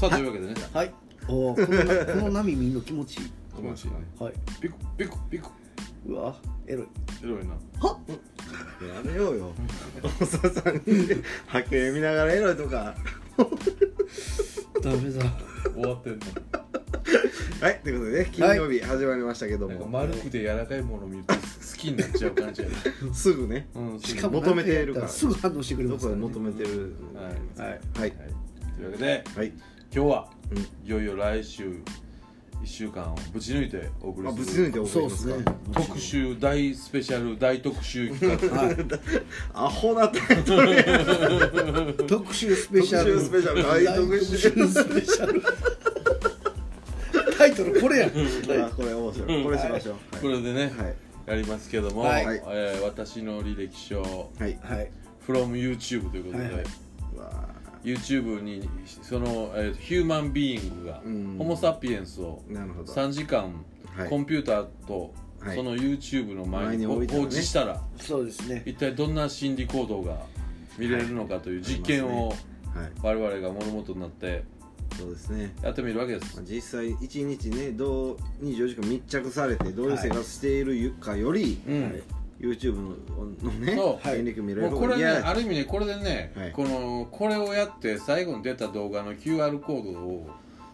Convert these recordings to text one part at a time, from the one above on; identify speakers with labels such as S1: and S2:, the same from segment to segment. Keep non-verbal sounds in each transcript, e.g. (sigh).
S1: さあというわけでね
S2: はいおーこの (laughs) なこの波見んの気持ちいい
S1: 小林がね
S2: はい
S1: ピクピクピク
S2: うわエロい
S1: エロいな
S2: は
S3: やめようよ大沢さんに波形見ながらエロいとか
S2: ダメだ
S1: 終わってんの
S3: はいということでね金曜日始まりましたけど
S1: なんか
S3: も、
S1: 丸くて柔らかいものを見ると好きになっちゃう感じやね
S3: すぐね
S1: うん
S2: し
S1: し
S2: か
S1: か
S2: も
S3: 求めているから
S2: なんやったすぐ反応してくれ
S3: ど
S2: ます
S3: こ
S2: か
S3: で
S2: らね
S3: 求めてる
S1: はい
S2: はい
S3: はい
S1: はいというわけで
S3: はい
S1: 今日は
S3: うん
S1: いよいよ来週1週間をぶち抜いてお送
S3: まあ
S1: り
S3: ぶち
S1: す
S3: 抜い
S1: る
S3: てお送
S2: そう
S3: り
S2: で
S3: ますすか
S2: ね
S1: 特集大スペシャル大特集企
S3: (laughs)
S1: 画
S3: アホなタイトルや
S2: 特集スペシャル
S3: 特集スペシャル大特集
S2: スペシャルタイトルこれやん
S3: あこれ面白いこれしましょう
S1: これでね、
S3: はい
S1: やりますけども、
S2: はい
S1: えー私の履歴書
S3: はいはい
S2: はい
S1: fromYouTube ということで、
S2: はいはい
S1: YouTube にその、えーヒューマンビーイングが、
S3: うん
S1: ホモ・サピエンスを
S3: なるほど
S1: 3時間、
S3: はい
S1: コンピューターと、
S3: はい
S1: その YouTube の前に
S3: 前に置いてる
S1: 放
S3: ね
S1: 置したら
S2: そうですね
S1: 一体どんな心理行動が見れるのかという実験を、
S3: はい
S1: 我々が物元になって
S3: そうですね
S1: やってみるわけです
S3: まあ実際一日ねどう24時間密着されてどういう生活しているかより、
S1: うん
S3: はい YouTube ののね
S1: そう
S3: 権力見られ
S1: も
S3: る
S1: う
S3: 方
S1: こ
S3: が
S1: れね
S3: 嫌や
S1: ある意味ねこれでね、
S3: はい
S1: このこれをやって最後に出た動画の QR コードを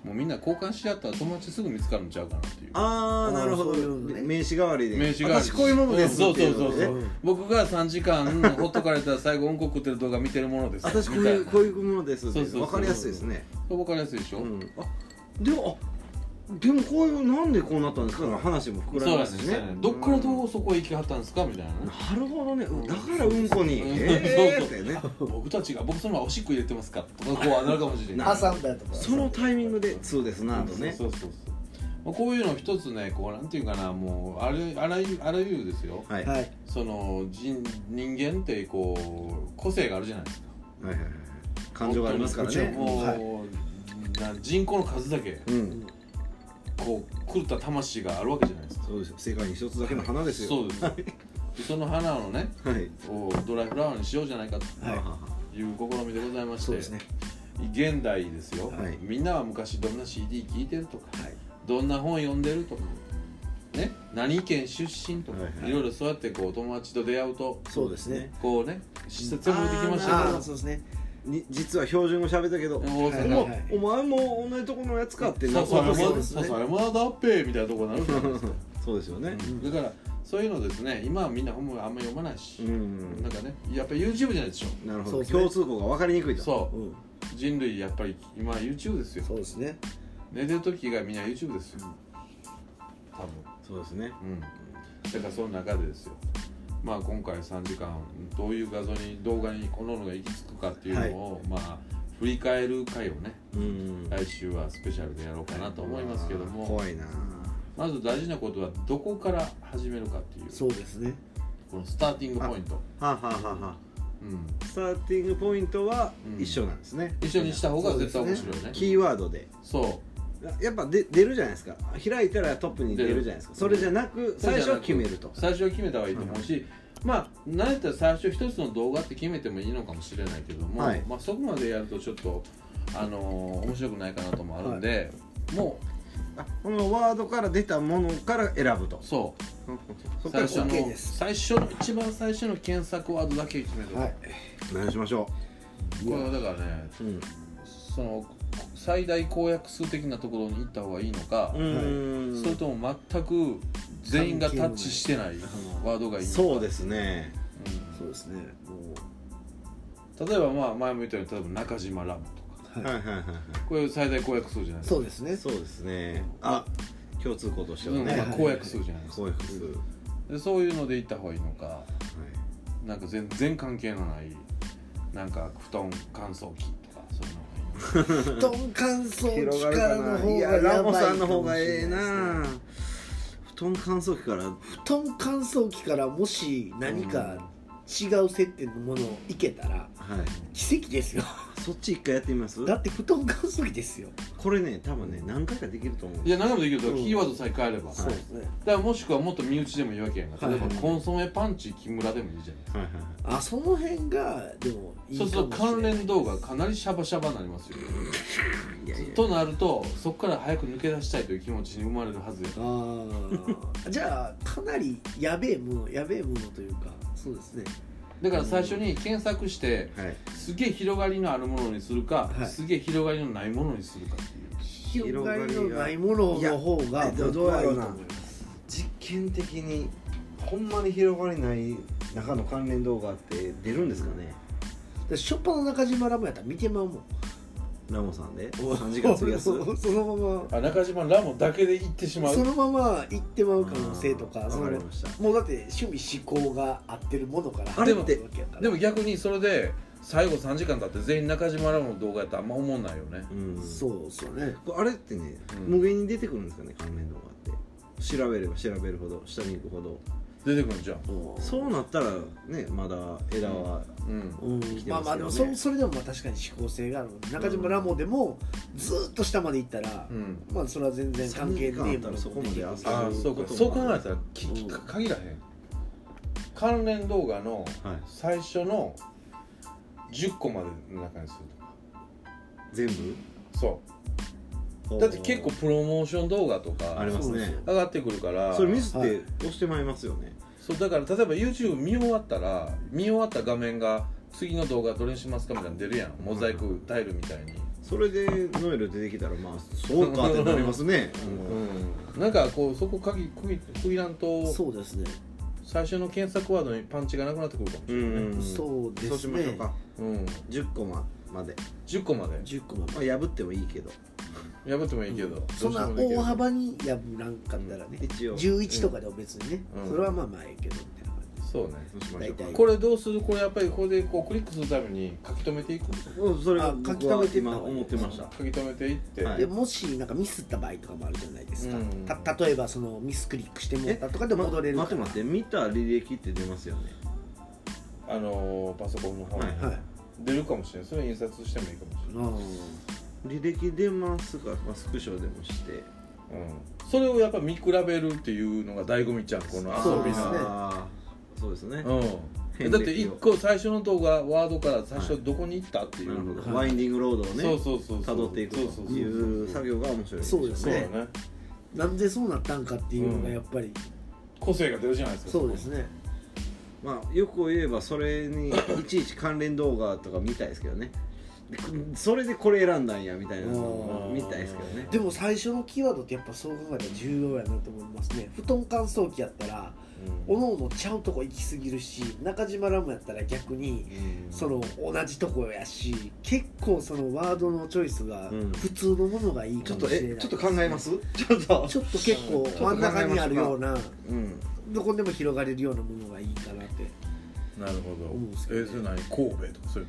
S1: もうみんな交換し合ったら友達すぐ見つかるんちゃうかなっていう
S3: ああなるほど、
S2: そういうのね
S3: 名刺代わりで
S1: 名刺代わり
S3: 私こういうものです
S1: うん
S3: ってい
S1: そうそうそう
S3: の
S1: そう
S3: をね
S1: 僕が3時間ほっとかれたら最後音楽食ってる動画見てるものです
S3: 私こう
S1: みた
S3: い
S1: いうな
S3: こういうものですっ
S1: そ
S3: て
S1: うそうそう
S3: 分かりやすいですね
S1: 分かりやすいでしょ、
S3: うんあでもあでもこういうなんでこうなったんですかの話も膨ら
S1: そう
S3: み
S1: で
S3: ますす
S1: ね
S3: しね
S1: どっからどうそこへ行きはったんですかみたい
S3: (laughs)
S1: なね
S3: うんなるほどねうんだからうんこに
S1: うん
S3: ええってね
S1: 僕たちが僕そのままおしっこ入れてますかとかこうなるかもしれない
S3: (laughs) な
S2: 挟んだとか
S3: そのタイミングで「そうですな」とね
S1: そうそうそうそうまあこういうの一つねこうなんていうかなもうあれあらゆあらゆるですよ
S3: はいはい
S2: はい
S1: その人人間ってこう個性があるじゃないですか
S3: はいはい感情がありますから
S2: もちろ
S3: ね
S2: ん
S1: もう、な人口の数だけ
S3: うん
S1: こう狂った魂があるわけじゃないですか
S3: そうですよ世界に一つだけの花ですよ
S1: そうですよでその花をね
S3: はい
S1: をドライフラワーにしようじゃないかと
S2: はい
S1: いう試みでございまして
S2: そうですね
S1: 現代ですよ、
S3: はい
S1: みんなは昔どんな CD 聴いてるとか
S2: はい
S1: どんな本読んでるとか、ね、何県出身とか、
S3: はい
S1: い
S3: はい
S1: ろいろそうやってこう友達と出会うと
S2: そうですね
S1: こうね施設を向いてきました
S2: あ
S1: か
S2: あそうですね
S3: に実は標準語喋ったけど
S1: ら大
S2: ー
S1: 阪
S2: はい
S1: の
S3: もうお前も同じとこのやつかって
S1: ささ
S3: なそ
S2: そ
S3: う
S2: う
S1: 山
S2: で
S1: 田
S2: すね
S1: ささ山田だっぺみたいなとこになるじゃないですか、
S3: (laughs) そうですよね
S1: うんだからそういうのですね今はみんな本もあんま読まないし、
S3: うん
S1: なんかねやっぱ YouTube じゃないでしょ
S3: なるほ
S2: そう
S3: ど
S2: ですね
S3: 共通項が分かりにくいと
S1: そう、
S2: うん
S1: 人類やっぱり今 YouTube ですよ
S2: そうですね
S1: 寝てる時以外みんな YouTube ですよ多分
S3: そうですね
S1: うん、だからその中でですよまあ今回3時間どういう画像に動画にこののが行き着くかっていうのを、まあ振り返る回をね
S3: うん
S1: 来週はスペシャルでやろうかなと思いますけど
S3: あー
S1: も
S3: 怖いな
S1: まず大事なことはどこから始めるかっていう
S2: そうですね
S1: このスターティングポイント、
S3: はあはあはあは
S1: うん、
S3: あスターティングポイントは
S1: うん
S3: 一緒なんですね
S1: 一緒にした方が絶対面白いね
S3: キーワードで
S1: そ
S3: やっぱで出るじゃないですか開いたらトップに出るじゃないですか
S1: 出る
S3: それじゃなく
S1: う
S3: 最初は決めると
S1: 最初は決めた方がいいと思うし、まあ何やったら最初一つの動画って決めてもいいのかもしれないけども、
S3: はい
S1: まあ、そこまでやるとちょっとあのー面白くないかなともあるんで、も
S3: あこのワードから出たものから選ぶと
S1: うそ
S3: そうっか
S1: 最
S3: ら
S1: 初の、
S2: OK です
S1: 最初の一番最初の検索ワードだけ決めて、
S2: はい
S3: 何しましょ
S1: これはだからね
S3: ううん
S1: その最大公約数的なところに行った方がいいのか、
S3: う
S1: それとも全く全員がタッチしてないワードがいいのか
S3: そうですね
S1: うん
S2: そうですねも
S1: 例えばまあ前も言ったように例えば中島ラムとか
S2: う
S3: は
S2: は
S3: いはいはいはい
S1: これ最大公約数じゃない
S2: い
S1: ですか
S2: そうですね
S3: そうですねあ共通項としては
S1: うんまあ
S3: ね
S1: 公約数じゃないですか
S3: 公約数はい
S1: でそういうので行った方がいいのかなんか全然関係のないなんか布団乾燥機とかそういうのがいいのか
S2: トン乾燥
S3: 広
S2: 機
S3: がる
S2: から
S3: か
S2: の
S3: ない
S2: 方
S3: や
S2: が
S3: ラ
S2: やば
S3: モ
S2: い
S3: さんの
S2: か
S3: 方
S2: も
S3: が
S2: し
S3: ええ
S2: れないですね
S3: な布団乾燥機から
S2: 布団乾燥機からもし何か違う接点のものをいけたら
S3: はい
S2: 奇跡ですよ
S3: そっち一回やってみます
S2: だって布団乾燥機ですよ
S3: これね多分ね何回かできると思う
S1: いや何でもできると
S2: うん
S1: キーワードさえ変えれば、
S3: そう
S1: だ
S2: すね
S1: からもしくはもっと身内でもいいわけやんか
S2: は
S1: 例え
S2: い
S1: ばコンソメパンチ木村でもいいじゃない
S3: はいはいはい
S2: あその辺がでもいい
S1: そうすると
S2: かも
S1: 関
S2: しれない
S1: 連動画かなりシャバシャバになりますよ
S3: いやいや
S1: となるとそこから早く抜け出したいという気持ちに生まれるはずや
S2: あ
S3: (laughs)
S2: ーじゃあかなりやべえものやべえものというかそうですね
S1: だから最初に検索して
S3: はい
S1: すげえ広がりのあるものにするか、
S2: はい
S1: すげえ広がりのないものにするかっていう
S2: 広がりの
S3: 広がりが
S2: ないものの方
S3: い
S2: が
S3: やど
S2: 僕
S3: どうや
S2: はいいと
S3: ろう
S2: 思い
S3: な
S2: ます
S3: 実験的にほんまに広がりない中の関連動画って出るんですかね
S2: で初っ端の中島ラボやったら見てまうもん
S3: (laughs) ラモさんで3時間費やす
S2: そのま
S1: あ中島ラモだけで行ってし
S2: まそのまま行ってまう可能性と
S3: あ
S2: か
S3: ー
S2: そ
S3: わか
S2: の
S3: りました
S2: もうだって趣味思考が合ってるものから
S3: あれ
S2: 始まるわけやから
S1: でも逆にそれで最後3時間経って全員中島ラモの動画やったらあんま思んないよね
S3: うん
S2: そうですよね
S3: これあれってね、
S1: うん
S3: 無限に出てくるんですかね関連動画って調べれば調べるほど下に行くほど
S1: 出てくるんじゃん
S3: そうなったらねまだ枝は、
S1: うん
S2: うん
S3: きて
S2: まあ
S3: ます
S2: ま
S3: よね
S2: あでもそそれでもまあ確かに思考性がある中島ラモでもずーっと下まで行ったら、
S1: うん
S2: まあそれは全然関係ねえも
S3: 三時間あったらそこまで遊
S1: ああそうかそう考えたらきき限らへん関連動画の
S3: はい、
S1: 最初の10個までの中にするとか
S3: 全
S1: そ
S3: 部
S1: うだって結構プロモーション動画と
S3: あ
S1: か
S3: ります
S2: そうです
S3: ね
S2: よ
S1: 上がってくるから
S3: それミスっ
S2: はい
S3: て押してまいりますよね、
S1: そうだから例えば YouTube 見終わったら見終わった画面が次の動画どれにしますかみたいなの出るやんモザイクタイルみたいに、
S3: それでノエル出てきたらまあそうかってなりますね、うん
S1: うん、なんかこうそこ鍵区切区切らんと
S2: そうですね、
S1: 最初の検索ワードにパンチがなくなってくるかも、
S3: うん
S2: そうですね
S3: そうしましょうか
S1: うん、
S3: 10個ままで、
S1: 10個まで
S2: 10個まで
S3: まあ、破ってもいいけど
S1: 破ってもいいけど、
S2: そんな
S1: どうしてもできる
S2: 大幅に破らんかったらね、
S3: 一応そう
S2: 11とかでも別にね、
S1: うん
S2: それはまあまあええけどみたいな感じ
S1: そうね
S3: しましょうか
S2: 大体
S1: これどうするこれやっぱりこれでこうクリックするために書き留めていく
S3: うんそれが
S2: あ書き
S3: 僕
S2: 溜
S3: は
S2: めてった
S3: 今
S2: 方がいい
S3: 思ってました
S1: 書き留めていって、
S3: はい
S2: でもしなんかミスった場合とかもあるじゃないですか、
S1: うん
S2: た例えばそのミスクリックしても
S3: え
S2: ったとかでも戻れる
S3: ま
S2: から
S3: 待って待って見た履歴って出ますよね
S1: あのーパソコンの方に
S3: はい
S2: はい
S1: 出るかもしれないそれ印刷してもいいかもしれない、
S2: あ
S3: 履歴出ますか、まあ、スクショでもして
S1: うん、それをやっぱ見比べるっていうのが醍醐味ちゃんこの
S2: そう
S1: 遊び
S2: です
S1: な
S2: ね
S3: あーそうですね
S1: う
S3: 遍歴
S1: ん、
S3: を
S1: だって一個最初の動画ワードから最初どこに行ったっていう、
S3: なるほど、
S2: はい
S3: ワインディングロードをね
S1: そうそうそうそう
S3: 辿っていく
S1: そうそう
S3: と
S1: そう
S3: いう作業が面白い
S2: そうです
S1: そうだね
S2: なんでそうなったんかっていうのがやっぱり、
S1: 個性が出るじゃないですか
S2: そうですね
S3: まあよく言えばそれにいちいち関連動画とか見たいですけどねでこそれでこれ選んだんやみたいな
S1: あ
S3: の
S1: ー
S3: 見たいですけどね
S2: でも最初のキーワードってやっぱそう考えたら重要やなと思いますね布団乾燥機やったら
S1: う
S2: おのおのちゃうとこ行き過ぎるし中島ラムやったら逆に
S1: ん
S2: その同じとこやし結構そのワードのチョイスが
S3: うん
S2: 普通のものがいい
S3: ち
S2: か
S3: ょっ
S2: も
S3: と
S2: しれない、
S3: えちょっと考えますちょっと
S2: ちょっと結構
S1: ちょっと
S2: 真ん中にあるような
S3: うん
S2: どこでも広がれるようなものがいいかなって
S1: なるほど
S2: 思うんですけ
S1: え
S2: どね
S1: ーそれ何神戸とかそういう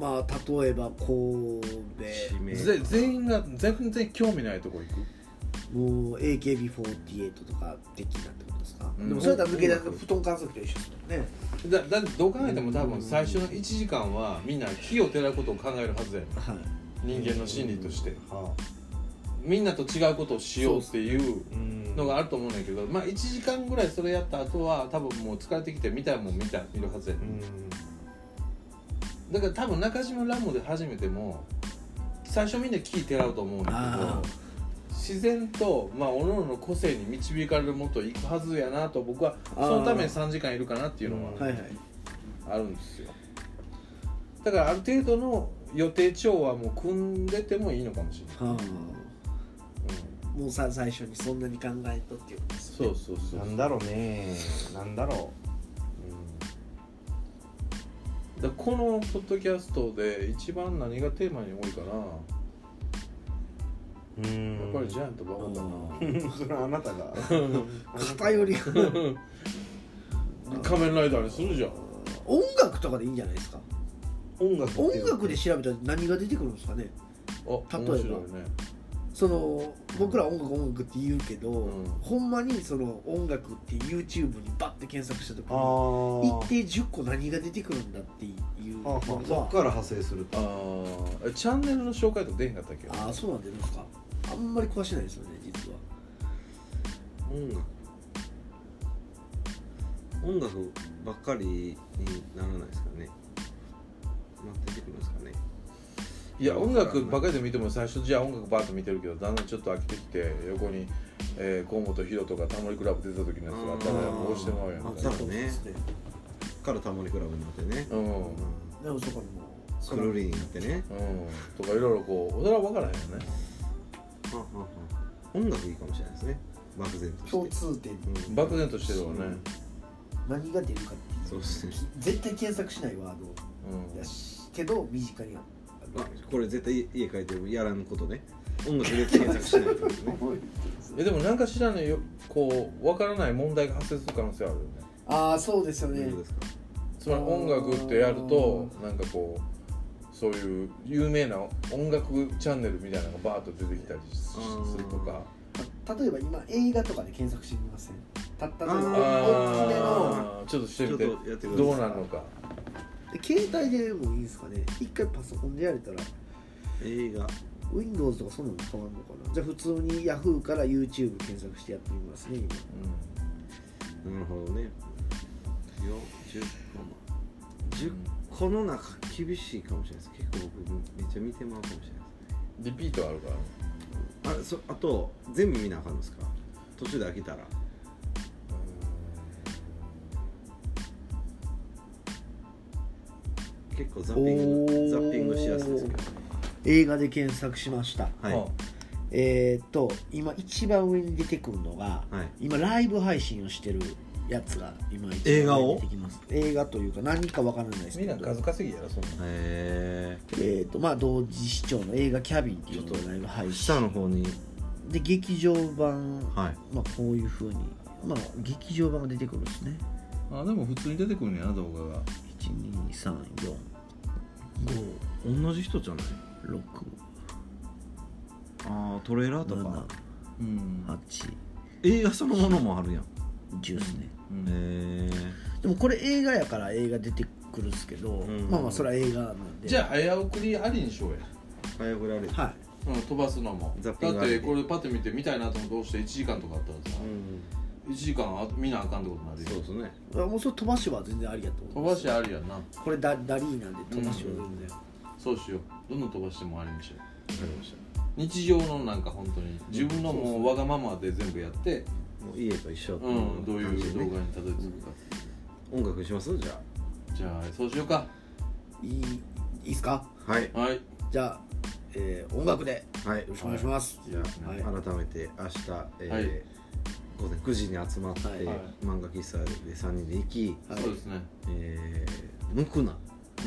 S2: まあ例えば神
S3: 指名
S1: のぜ全員が全然興味ないとこ行く
S2: 戸もう AKB48 とか的なってことですか、
S1: うん
S2: でもそれだと抜け出す布団乾燥機と一緒ですもんね
S1: だだってどう考えても多分最初の1時間はみんな木をてらうことを考えるはずやん
S2: はい
S1: 人間の心理として
S3: は
S1: みんなと違うことをしようっていう
S3: うん
S1: のがあると思うんだけどまあ1時間ぐらいそれやった後は多分もう疲れてきて見たいもん見た見るはずやんだから多分中島ラモで初めても最初みんな聞いてらうと思うんだ
S2: あ
S1: けど自然とまあ各々の個性に導かれるもといくはずやなと僕は
S2: あー
S1: そのために3時間いるかなっていうの
S2: は
S1: はい
S2: はい
S1: あるんですよだからある程度の予定調和も組んでてもいいのかもしれない、う
S2: は
S1: ん
S2: あもうさ最初にそんなに考えとっていうことです
S1: そうそうそう
S4: なんだろうねなんだろ
S1: うんだからこのポッドキャストで一番何がテーマに多いかな
S4: ううん
S1: やっぱりジャイアントバカだな、
S4: それはあなたが
S2: 偏りが
S1: (laughs) 仮面ライダーにするじゃん
S2: (laughs) 音楽とかでいいんじゃないですか
S4: 音楽っていう
S2: 音楽で調べたら何が出てくるんですかね
S1: あ面白いね
S2: その僕ら音楽音楽って言うけど、
S3: うん
S2: ほんまにその音楽って YouTube にバッて検索した時
S4: あ
S2: に
S4: ー
S2: 一定10個何が出てくるんだっていうの
S4: あ
S2: が
S4: そっから派生する
S1: あ
S4: と
S1: ーチャンネルの紹介とか出へんかったっけ
S2: ああそうなんでなんかあんまり詳しないですよね実は
S3: 音楽音楽ばっかりにならないですかねまあ出てくるんですかね
S1: いや音楽ばかりで見ても最初じゃあ音楽バーッと見てるけどだんだんちょっと飽きてきて横に、えー、河本ヒロとかタモリクラブ出た時のやつがあったから
S3: あー
S1: こうしてもらうよみたいな
S3: あそうねからタモリクラブになってね、
S1: うん
S3: う
S1: うん
S3: ん
S2: でもそこにも
S3: くるりになってね、
S1: とかいろいろこうそれは分からへんよね
S3: 音楽いいかもしれないですね漠然として
S2: 共通点に
S3: うん
S1: 漠然としてるわね
S2: 何が出るかっていう
S3: そうですね
S2: 絶対検索しないワー
S1: うん
S2: ドやしけど身近にある
S3: あこれ絶対家帰ってもやらんことね音楽で検索しないとですね
S1: えでもなんか知らないよこう分からない問題が発生する可能性あるよね
S2: ああそうですよね、
S3: どうですか
S1: つまり音楽ってやるとなんかこうそういう有名な音楽チャンネルみたいなのがバーッと出てきたりしす
S3: うん
S1: るとか
S2: 例えば今映画とかで検索してみませんたった例えば大きめの
S1: あーちょっとしてみて
S3: ちょっとやってください
S1: どうなるのか
S2: で携帯でもいいんですかね一回パソコンでやれたら
S3: 映画
S2: Windows とかそんなの変わんのかなじゃあ普通に Yahoo から YouTube 検索してやってみますね今
S3: なるほどねよ10個10個の中厳しいかもしれないです結構僕めっちゃ見てまうかもしれな
S1: うんリピートあるから
S3: いですあそあと全部見なあかんですか途中で飽きたら結構ザッピン
S2: お
S3: グ
S2: ー
S3: ザッピングしやすいですけどね
S2: 映画で検索しました
S3: はい
S1: あ
S2: えーっと今一番上に出てくるのが、
S3: はい
S2: 今ライブ配信をしてるやつが今一番
S3: 映画を
S2: 上に出てきます映画というか何かわからないです
S1: み
S2: け
S1: ん
S2: ど
S1: な数稼ぎやろそんな
S3: へ
S2: えーっとまあ同時視聴の映画「キャビン」っていうのをライブ
S3: え
S2: 配信
S3: 下の方に
S2: で劇場版、
S3: はい
S2: まあ、こういうふうに、まあ、劇場版が出てくるんですね
S1: あでも普通に出てくるんやな動画が
S2: 1234
S3: 同じ人じゃない
S2: 6
S3: ああトレーラーと
S2: 7
S3: か
S1: うん
S2: 8
S3: 映画そのものもあるやんへ
S2: 10ですね、
S3: え
S2: でもこれ映画やから映画出てくるんですけど、
S3: ん
S2: まあまあそれは映画なんで
S1: じゃあ早送りありにしようや
S3: 早送られる
S2: はい
S1: うん飛ばすのも
S3: ザ
S1: だ
S3: ッピング
S1: っ
S3: あ
S1: て
S3: り
S1: これパッて見て見たいなと思って押して1時間とかあったらさ1時間あ見なあかんってことになるよ
S3: そうですね
S2: あもうそれ飛ばしは全然ありやと思
S1: 飛
S2: いま
S1: ば
S2: す
S1: しありやんな
S2: これダダリーなんで飛ばしは全然、
S1: そうしようどんどん飛ばしてもありにしよう
S3: わかりました
S1: 日常のなんか本当に自分のもうわがままで全部やって
S3: もう家と一緒
S1: うんどういう動
S3: 画
S1: 画にたどり着くか
S3: 音楽にしますじゃ
S1: じゃあそうしようか
S2: いいいいっすか
S3: あはい
S1: はい
S2: じゃあ、えー音楽でよ
S3: はい
S2: ろしくお願いします、
S3: じゃあ、
S2: はい
S3: 改めて明日、えー
S1: はい
S3: 午前9時に集まって、
S2: はい
S1: はい
S3: 漫画喫茶で3人で行き、
S2: はい
S1: そうですね
S3: えー、無垢な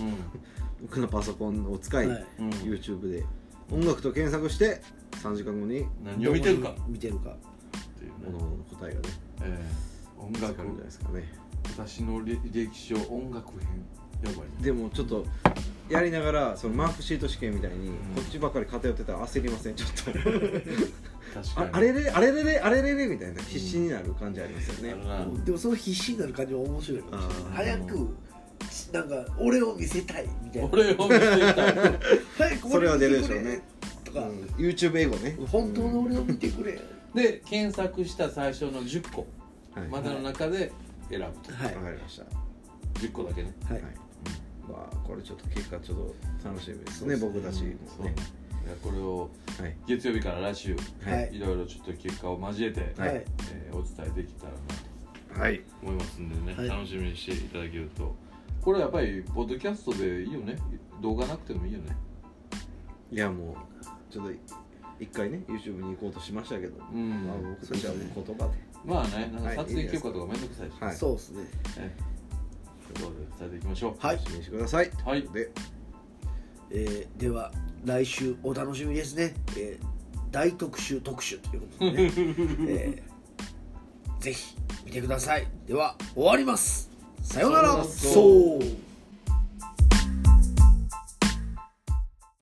S3: 無垢なパソコンを使い、
S2: はい
S1: うんうん
S3: YouTube で音楽と検索して3時間後に
S1: 何を見てるかっ
S2: 見てるか
S1: ていう
S3: 物
S1: ね
S3: の答えがね
S1: えー音
S3: 見つかるんじゃない
S1: 楽
S3: ですかね
S1: 私の歴歴史を音楽編やばい
S3: でもちょっとやりながらそのマークシート試験みたいに
S1: ん
S3: こっちばっかり偏ってたら焦りませんちょっ
S2: (laughs)
S3: と
S1: 確か
S3: あ
S1: に
S3: あれれあれれれあれれれみたいな必死になる感じありますよね、
S1: あるな
S2: でもその必死になる感じは面白いかもし
S3: あー
S2: れない早くちなんか俺を見せたいみたいな
S1: 俺を見てたい
S2: 早く
S3: そ
S2: 俺
S3: れは
S2: を見
S3: 出
S2: て
S3: る
S2: く
S3: でしょ
S2: れ
S3: うね
S2: と
S3: う
S2: か、
S3: ん、YouTube 英語ね
S2: 本当の俺を見てくれ、
S1: で検索した最初の10個
S3: はい
S1: までの中で選ぶと
S2: はい
S3: わかりました
S1: 10個だけね
S2: はい、
S3: はいまあこれちょっと結果ちょっと楽しみですね僕たちも
S1: そう
S3: ね
S1: ねいやこれを
S3: はい
S1: 月曜日から来週
S2: はい
S1: いろいろちょっと結果を交えて、
S2: はい
S3: はい
S1: えーお伝えできたらなと
S3: はい
S1: 思いますんでね、
S2: はい
S1: 楽しみにしていただけるとこれやっぱりポッドキャストでいいよね動画なくてもいいよね
S3: いやもうちょっと一回ね YouTube に行こうとしましたけど、
S1: うん
S3: まあ、僕たちはもう言葉で
S1: まあねなん
S3: は
S1: か
S3: い
S1: 撮影許可とかめんどくさいし、
S3: はい
S2: そうですね
S1: ええということで伝えていきましょう
S2: はい
S3: 楽しみにしてください、
S1: はい
S3: で
S2: えーでは来週お楽しみですね、えー大特集特集ということでね、えーぜひ見てくださいでは終わりますさようなら
S1: そう
S2: そう